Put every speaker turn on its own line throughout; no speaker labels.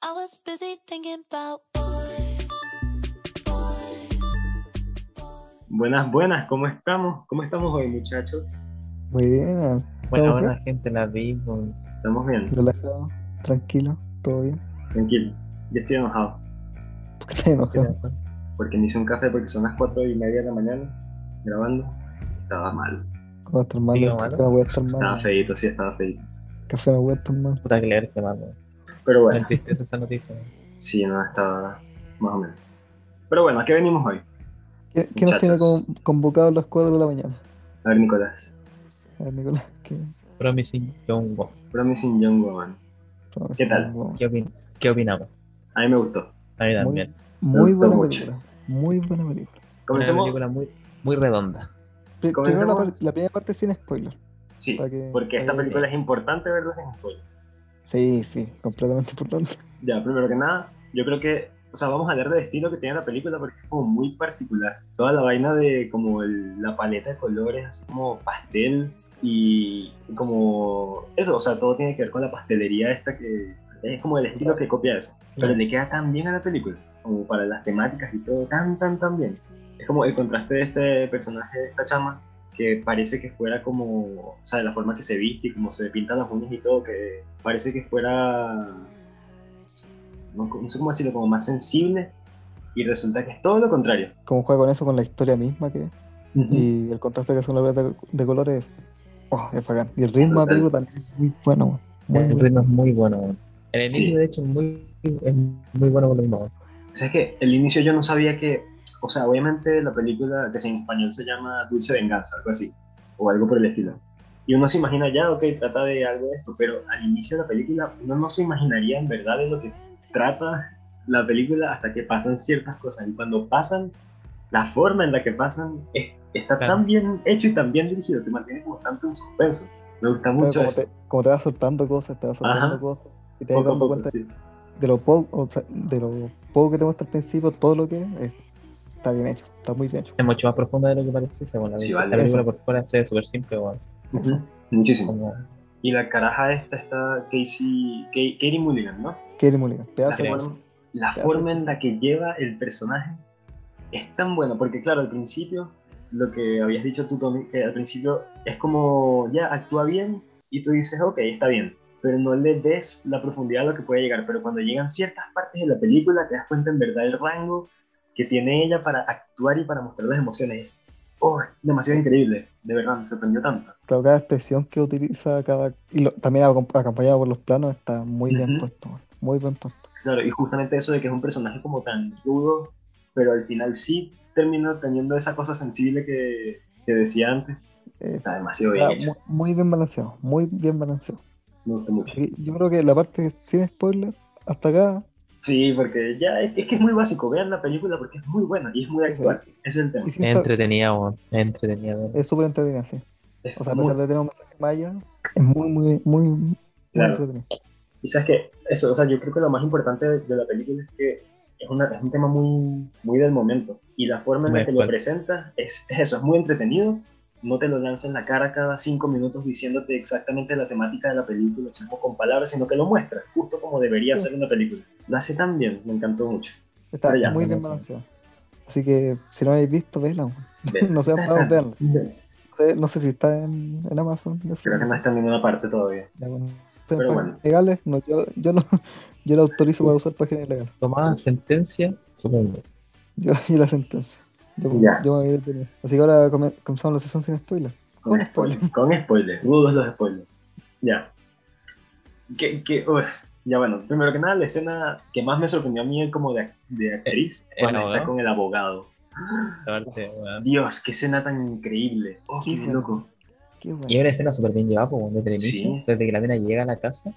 I was busy thinking about boys, boys, boys.
Buenas, buenas, ¿cómo estamos? ¿Cómo estamos hoy, muchachos?
Muy bien, ah,
Bueno,
¿Estamos
buena gente, la vivo.
¿Estamos bien?
relajado, tranquilo, todo bien.
Tranquilo, yo estoy enojado
¿Por qué estás enojado?
porque me hice un café porque son las 4 y media de la mañana grabando. Estaba mal,
¿Cómo va a estar mal?
Digo,
esto?
malo.
Café no voy a estar mal.
estaba feito, Ah, sí, estaba feito.
Café no voy a estar mal.
Puta que leer, que mando.
Pero
Me
bueno,
entristece esa noticia.
sí, no, estaba más o menos. Pero bueno, ¿a qué venimos hoy?
¿Qué, qué nos tiene
Muchachos.
con- convocados a las 4 de la mañana?
A ver, Nicolás,
A ver, Nicolás, ¿qué,
Promising Young Woman.
Promising Young Woman.
no,
¿Qué tal?
Muy,
¿Qué, opin ¿Qué opinamos?
A mí me gustó.
A mí
muy
también.
Me gustó
buena
mucho.
película. Muy buena película.
Una
Comencemos.
película muy, muy redonda.
Pri- Primero la,
Comencemos.
par- la primera parte sin spoiler.
Sí,
para que-
porque esta
para que-
película es importante verla sin spoilers.
Sí, sí, completamente importante.
Ya, primero que nada, yo creo que, o sea, vamos a hablar del estilo que tiene la película porque es como muy particular. Toda la vaina de como el- la paleta de colores, así como pastel y como eso, o sea, todo tiene que ver con la pastelería esta que es como el estilo que copia eso. Pero le queda tan bien a la película, como para las temáticas y todo, tan, tan, tan bien. Es como el contraste de este personaje, de esta chama, que parece que fuera como, o sea, la forma que se viste y como se pintan las uñas y todo, que parece que fuera no, no sé cómo decirlo, como más sensible, y resulta que es todo lo contrario.
Como juega con eso, con la historia misma que
Mm.
y el contraste que hace con la paleta de colores. Oh, es bacán. Y el ritmo de la película también es muy bueno. weón. Muy
El
bueno.
ritmo es muy bueno. weón. El
Sí.
inicio, de hecho, es muy, es muy bueno con lo mismo. weón.
O sea, es que el inicio yo no sabía que, o sea, obviamente la película que en español se llama Dulce Venganza, algo así, o algo por el estilo. Y uno se imagina ya, ok, trata de algo de esto, pero al inicio de la película uno no se imaginaría en verdad de lo que trata la película hasta que pasan ciertas cosas. Y cuando pasan, la forma en la que pasan es- está
Claro.
tan bien hecho y tan bien dirigido, te mantiene como tanto en suspenso. Me gusta
Claro,
mucho
como,
eso.
te, como te vas soltando cosas, te vas soltando
Ajá.
cosas. Y te vas
Poco a
dando
poco,
cuenta
sí.
de lo poco, o sea, de lo poco que te muestra al principio, todo lo que es, está bien hecho, está muy bien hecho.
Es mucho más profunda de lo que parece. según la,
Sí,
película.
vale.
la película por fuera se ve súper simple. weón.
Ujú, Muchísimo.
Como
Y la caraja esta está Casey, Ka- Katie Mulligan, ¿no?
Katie Mulligan,
La
pedazo de
Sí.
forma,
actriz.
la
Sí.
forma en la que lleva el personaje es tan buena, porque claro, al principio, lo que habías dicho tú, Tommy, que al principio es como, ya, actúa bien y tú dices, ok, está bien, pero no le des la profundidad a lo que puede llegar, pero cuando llegan ciertas partes de la película te das cuenta en verdad el rango que tiene ella para actuar y para mostrar las emociones. Oh, es demasiado increíble, de verdad, me sorprendió tanto.
Claro, cada expresión que utiliza, cada. Y lo- también acom- acompañado por los planos, está muy bien
Ujú.
puesto, man, muy bien puesto.
Claro, y justamente eso de que es un personaje como tan rudo, pero al final sí termina teniendo esa cosa sensible que, que decía antes.
Eh,
Está demasiado bien
está
hecho.
mu- muy bien balanceado, muy bien balanceado.
Me gustó mucho.
Sí, Yo creo que la parte sin spoiler, hasta acá,
Sí, porque ya es, es que es muy básico. Vean la película porque es muy buena y es muy actual. Ese es el tema.
y sin
es
sa-
entretenida, weón. Es entretenida. weón.
es súper entretenida, sí.
Es
O sea, a
muy-
pesar de tener un mensaje maya, es muy, muy, muy, muy
Claro.
entretenida.
Y sabes que eso, o sea, yo creo que lo más importante de, de la película es que es, una- es un tema muy, muy del momento. Y la forma en
Muy
la que lo
actual.
presentas es, es eso, es muy entretenido. No te lo lanza en la cara cada cinco minutos diciéndote exactamente la temática de la película, así como con palabras, sino que lo muestra, justo como debería
Sí.
ser una película. Lo hace tan bien, me encantó mucho.
Está
Pero ya,
muy bien
buenísimo.
balanceado. Así que si no habéis visto, vedla. weón.
Ve.
No sean pagos, veanla.
Creo
No sé, no sé si está en, en Amazon. Netflix,
que no
sé.
está en ninguna parte todavía.
Ya, bueno, no sé,
Pero
páginas
bueno.
legales, no, yo, yo, no, yo la autorizo para usar páginas ilegales.
Tomada sentencia, supongo.
Yo y la sentencia. Yo,
Ya.
yo me voy a detener. Así que ahora come- comenzamos la sesión sin spoiler.
Con
Con
spoilers. Con spoilers, rudos los spoilers. Ya. Que, que, uf, Ya bueno, primero que nada, la escena que más me sorprendió a mí como de, de actriz,
El
cuando está
abogado.
con el abogado.
Esa parte, weón.
Dios, qué escena tan increíble. Oh, qué
Sí, bueno.
loco.
Qué bueno.
Y es una escena súper bien llevada, pues, desde el
Sí.
inicio, desde que la mina llega a la casa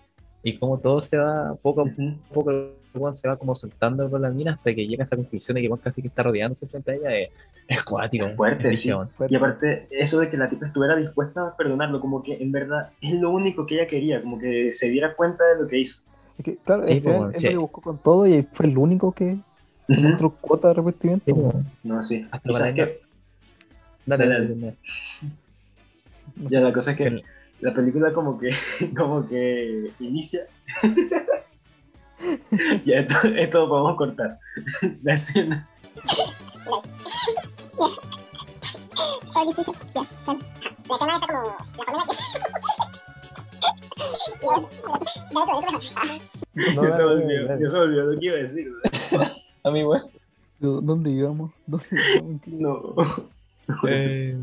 y como todo se va poco a
Ujú.
poco, el weón se va como soltando con la mina hasta que llega a esa conclusión de que el weón casi que está rodeándose frente a ella. Es, es cuático,
Es fuerte,
es
sí.
brígido, weón.
Fuerte.
Y aparte, eso de que la tipa estuviera dispuesta a perdonarlo, como que en verdad es lo único que ella quería, como que se diera cuenta de lo que hizo.
Es que, claro,
Sí,
al final
pues,
él
sí.
lo que buscó con todo y fue el único que
Ujú.
encontró cuota de arrepentimiento.
Sí, weón.
No, sí.
Hasta
Y sabes
para
que,
Dale,
Dale,
dale,
dale.
dale.
ya la cosa es que
Pero-
la película como que, como que inicia Ya, esto, esto lo podemos cortar. La escena.
Ay, qué chucha. Ya, dale. La cama está como. La familia que. Y bueno, dale, dale, dale. Ah,
No,
ya se
dale,
volvió,
dale.
ya se volvió lo que iba a decir.
A mí, weón.
Pero, ¿Dónde íbamos? ¿Dónde íbamos?
No.
Eh,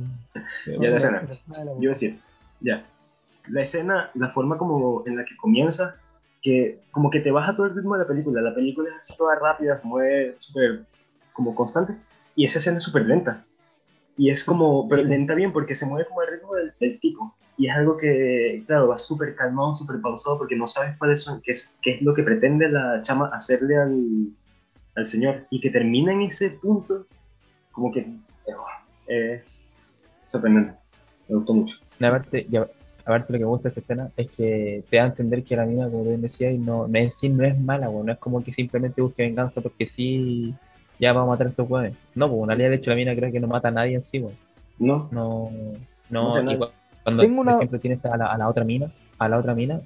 Ya la escena. Yo iba a decir, ya. La escena, la forma como en la que comienza, que como que te baja todo el ritmo de la película. La película es así toda rápida, se mueve súper como constante. Y esa escena es súper lenta. Y es como, pero lenta bien porque se mueve como el ritmo del, del tipo. Y es algo que, claro, va súper calmado, súper pausado porque no sabes cuál es, qué, es, qué es lo que pretende la chama hacerle al, al señor. Y que termina en ese punto, como que eh, es sorprendente. Me gustó mucho.
No, aparte, y a- aparte lo que me gusta de esa escena es que te da a entender que la mina, como bien decía, y no, no es, sí, no es mala, weón. No es como que simplemente busque venganza porque sí, ya va a matar a estos weones. No, pues en realidad, de hecho, la mina creo que no mata a nadie en sí, weón.
No,
No,
No
no,
sé nada.
y cu- cuando
Tengo una-
por ejemplo tienes a la, a la otra mina, a la otra mina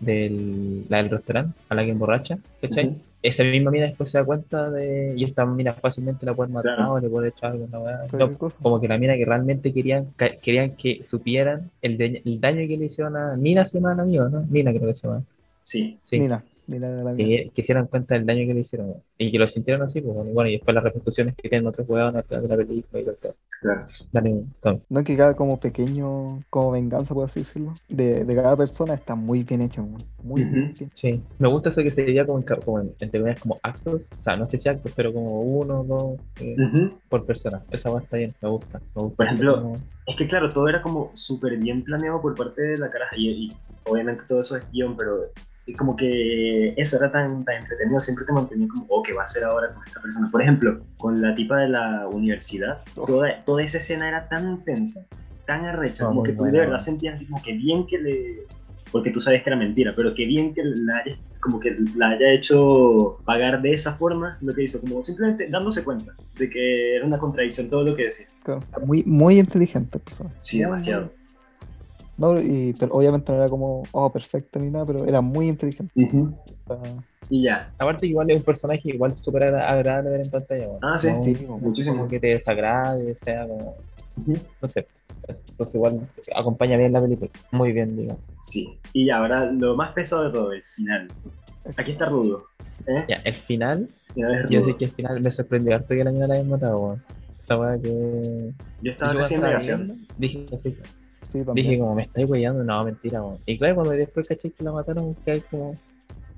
del, la del restaurante, a la que emborracha, ¿cachai?
Ujú.
Esa misma mina después se da cuenta de, y esta mina fácilmente la puede matar
Claro.
o le puede echar alguna weá.
Pero,
No,
¿qué cosa?
como que la mina que realmente querían, ca- querían que supieran el, de- el daño que le hicieron a Nina se llama la amiga, ¿no? Nina creo que se llama.
sí.
Sí.
Mira, mira la mía.
Que, que se dieran cuenta del daño que le hicieron weón. y que lo sintieron así, pues, bueno, y bueno, y después las repercusiones que tienen otros jugadores al final de la película y todo. todo.
Claro.
Dale, Tommy.
No que cada como pequeño, como venganza, por así decirlo, de, de cada persona está muy bien hecho, weón. muy
Ujú.
bien hecho.
Sí, me gusta eso que sería como, en ca- como en- entre comillas como actos, o sea, no sé si actos, pero como uno, dos eh,
Ujú.
por persona. Esa va está bien, me gusta, me gusta.
Mm. Por ejemplo,
Como-
Es que claro, todo era como súper bien planeado por parte de la caraja y, y obviamente todo eso es guión, pero es como que eso era tan, tan entretenido, siempre te mantenía como, oh, ¿qué va a hacer ahora con esta persona? Por ejemplo, con la tipa de la universidad,
Uf.
toda, toda esa escena era tan tensa, tan arrecha,
Ah,
como
muy
que tú de
buena.
verdad sentías así como que bien que le... Porque tú sabes que era mentira, pero que bien que la haya, como que la haya hecho pagar de esa forma lo que hizo, como simplemente dándose cuenta de que era una contradicción todo lo que decía.
Claro, está muy, muy inteligente el personaje.
Sí,
Muy,
demasiado.
No, y, pero obviamente no era como, oh, perfecto ni nada, pero era muy inteligente.
Ujú.
Está-
Y ya.
Aparte, igual es un personaje igual súper agra- agradable de ver en pantalla. bueno.
Ah, sí.
No,
sí, como-
Muchísimo.
Como que te desagrade, o sea, como,
Ujú.
no sé. Entonces, igual acompaña bien la película, muy bien, digo.
Sí. Y ya, ahora lo más pesado de todo, el final. Aquí está Rudo. ¿Eh?
Ya, el final,
El final es
yo
Rudo.
sé que el final me sorprendió harto que la mina la hayan matado, weón. Esta weá que.
Yo estaba
yo
recién
estaba
negación.
viendo, Dije, "Puta,
sí, también.
Dije, como me estáis weyando, no, mentira, weón. Y claro, cuando después caché que la mataron, que hay como.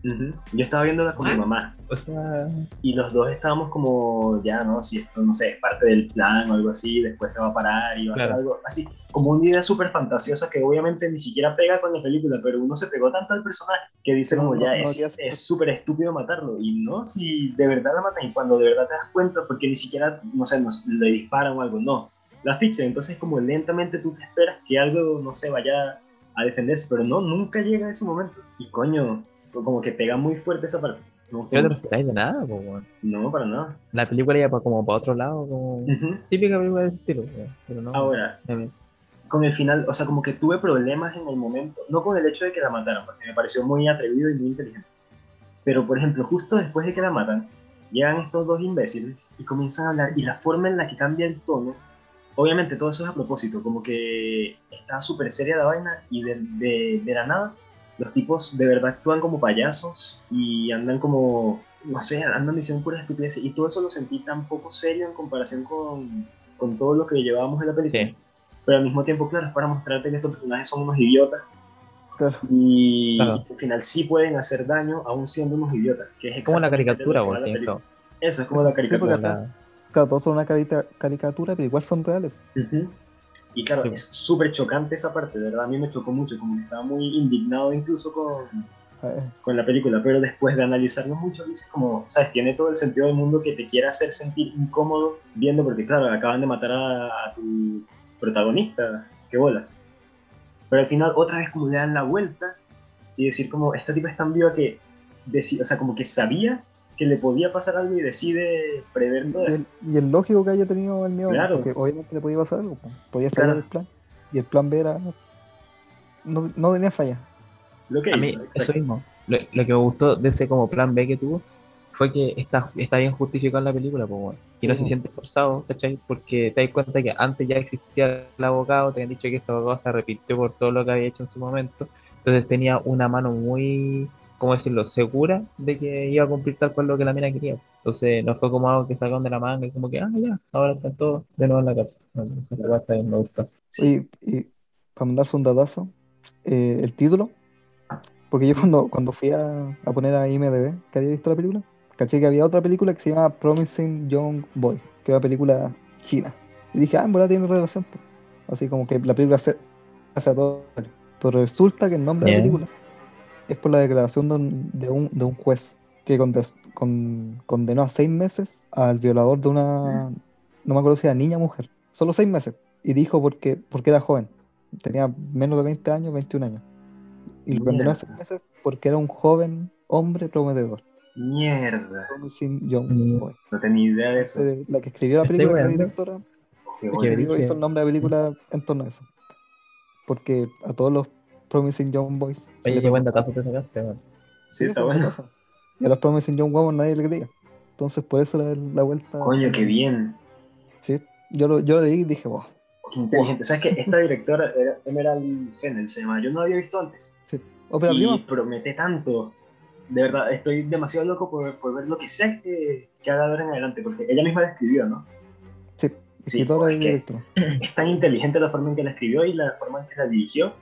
Ujú. Yo estaba viéndola con mi mamá.
O sea.
Y los dos estábamos como, ya, no, si esto, no sé, es parte del plan o algo así, después se va a parar y va a
Claro.
hacer algo así. Como una idea súper fantasiosa que obviamente ni siquiera pega con la película, pero uno se pegó tanto al personaje que dice,
No,
como,
no,
ya,
no,
es-
ya se-
es súper estúpido matarlo. Y no, si de verdad la matan y cuando de verdad te das cuenta, porque ni siquiera, no sé, nos- le disparan o algo, no. La asfixian, entonces como lentamente tú te esperas que algo, no sé, vaya a defenderse, pero no, nunca llega ese momento. Y coño, como que pega muy fuerte esa parte. Me gustó
Yo no te
mucho.
esperáis de nada, po, weón.
No, para nada.
La película ya pa- como para otro lado, como.
Ujú.
Típica película de ese estilo, weón. Pero no.
Ahora,
también.
con el final, o sea, como que tuve problemas en el momento, no con el hecho de que la mataron, porque me pareció muy atrevido y muy inteligente. Pero, por ejemplo, justo después de que la matan, llegan estos dos imbéciles y comienzan a hablar, y la forma en la que cambia el tono, obviamente todo eso es a propósito, como que está súper seria la vaina y de, de- de la nada, los tipos de verdad actúan como payasos y andan como, no sé, andan diciendo puras estupideces, y todo eso lo sentí tan poco serio en comparación con, con todo lo que llevábamos en la película
Sí.
pero al mismo tiempo, claro, es para mostrarte que estos personajes son unos idiotas
Claro.
y
Claro.
al final sí pueden hacer daño aún siendo unos idiotas, que es
Como la
exactamente
caricatura,
lo que va
weón.
la
tiene
película.
todo.
Eso es como la
porque
caricatura.
acá- Claro, todos son una carita- caricatura, pero igual son reales.
Ujú. Y claro,
Sí.
es súper chocante esa parte, de verdad, a mí me chocó mucho, como que estaba muy indignado incluso con,
Eh,
con la película, pero después de analizarlo mucho, dices como, sabes, tiene todo el sentido del mundo que te quiera hacer sentir incómodo viendo, porque claro, acaban de matar a, a tu protagonista, que bolas. Pero al final otra vez como le dan la vuelta y decir como, esta tipa es tan viva que, deci- o sea, como que sabía que le podía pasar algo y decide prever todo
y,
eso.
el, y el lógico que haya tenido el miedo,
Claro.
porque obviamente le podía pasar algo, po. podía fallar
Claro.
el plan. Y el plan B era. No, no tenía falla.
Lo que
A mí,
hizo,
eso
exacto.
mismo. lo, lo que me gustó de ese como plan B que tuvo fue que está, está bien justificado en la película, pues, weón. Y no
Sí,
se
po.
siente forzado, ¿cachai? Porque te das cuenta que antes ya existía el abogado, te han dicho que este abogado se arrepintió por todo lo que había hecho en su momento. Entonces tenía una mano muy, ¿cómo decirlo?, segura de que iba a cumplir tal cual lo que la mina quería. Entonces no fue como algo que sacaron de la manga y como que, ah, ya, ahora están todos de nuevo en la cárcel. No, esa weá está bien, me gusta.
Oye, y para mandarse un datazo, eh, el título, porque yo cuando, cuando fui a, a poner a IMDB que había visto la película, caché que había otra película que se llama Promising Young Boy, que era una película china. Y dije, ah, en verdad tiene relación. po. Así como que la película se hace a todo. Pero resulta que el nombre de
Ya.
la película es por la declaración de un, de un, de un juez que condes- con- condenó a seis meses al violador de una, no me acuerdo si era niña o mujer, solo seis meses. Y dijo porque, porque era joven, tenía menos de 20 años, 21 años. Y lo condenó a seis meses porque era un joven hombre prometedor.
Mierda.
Promising Young
Mm.
Boy.
No tenía idea de eso.
Eh, La que escribió la
Estoy
película, la
weando.
directora,
Qué
que
bueno.
me
hizo
dice-
el nombre de la película en torno a eso. Porque a todos los Promising Young Boys. se
Oye,
le
qué buen
preguntaba-
datazo te sacaste, weón.
Sí, está
fue una
bueno.
cosa. Y a los Promising Young Woman nadie le creía. Entonces, por eso la, la vuelta.
Coño, qué bien.
Sí. Yo lo, yo lo leí y dije, wow.
Qué inteligente. ¿Sabes qué? Esta directora era Emerald Fennel, se llama. Yo no la había visto antes.
Ópera
y
prima.
promete tanto. De verdad, estoy demasiado loco por, por ver lo que sea que, que haga de ahora en adelante, porque ella misma la escribió, ¿no?
Sí.
Sí, pues,
Escritora
es
y
que-
directora.
Es tan inteligente la forma en que la escribió y la forma en que la dirigió.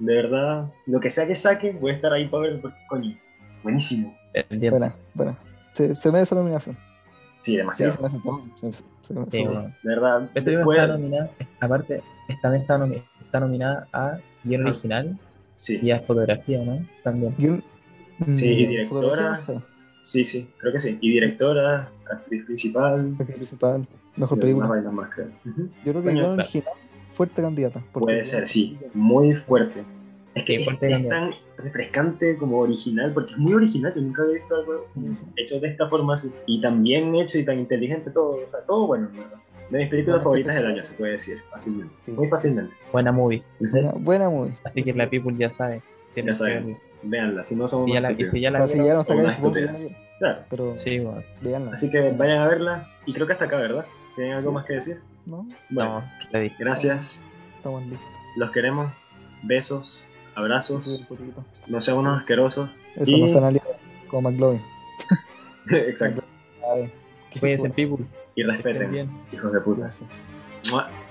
De verdad, lo que sea que saque, voy a estar ahí para verlo, porque, coño, buenísimo.
El tiempo.
Buena, buena. Se, se merece la nominación.
Sí,
Sí, Este
demasiado.
se merece todo. Se- se- se merece
Sí,
todo.
weón.
De verdad,
Esta película
después-
está nominada, aparte, también está, nomi- está nominada a guion
Ajá.
original y
sí,
a fotografía, ¿no? También.
Guión-
Sí,
Mm,
directora.
fotografía, no sé.
sí, sí, creo que sí. Y directora, actriz principal,
Actriz principal, mejor
y
película.
algunas vainas más, creo. Ujú.
Yo creo que
Coño,
guión
claro.
original, fuerte candidata. porque-
Puede ser, sí, muy fuerte. Es que
Sí,
es,
fuerte
es
también.
tan refrescante como original, porque es muy original, yo nunca había visto algo hecho de esta forma así. Y tan bien hecho y tan inteligente todo, o sea, todo bueno, en ¿verdad? De mis películas
Bueno,
favoritas
es que-
del año, se puede decir, fácilmente.
Sí.
Muy fácilmente.
Buena movie.
Buena, buena movie.
Así que la people ya sabe. Tiene
Ya
que
saben.
verla.
Véanla, si no somos
Y ya la,
más
y si
estúpidos.
ya
O
la
sea, si
vieron,
llegaron hasta acá,
una
supongo que ya
estúpida.
la vieron,
Claro.
Pero
Sí, bueno.
veanla.
Así que vayan a verla, y creo que hasta acá, ¿verdad? ¿Tienen algo más que decir?
¿no?
Bueno,
No, la vi.
gracias,
Estamos listos.
los queremos, besos,
Eso es
abrazos,
el poquito.
no sean unos asquerosos.
Eso
Y-
no se analiza como McLovin.
Exacto,
A ver, qué
Cuídense,
figura.
people.
y
Que estén
respeten,
bien.
hijos de puta.
Gracias.
Mua.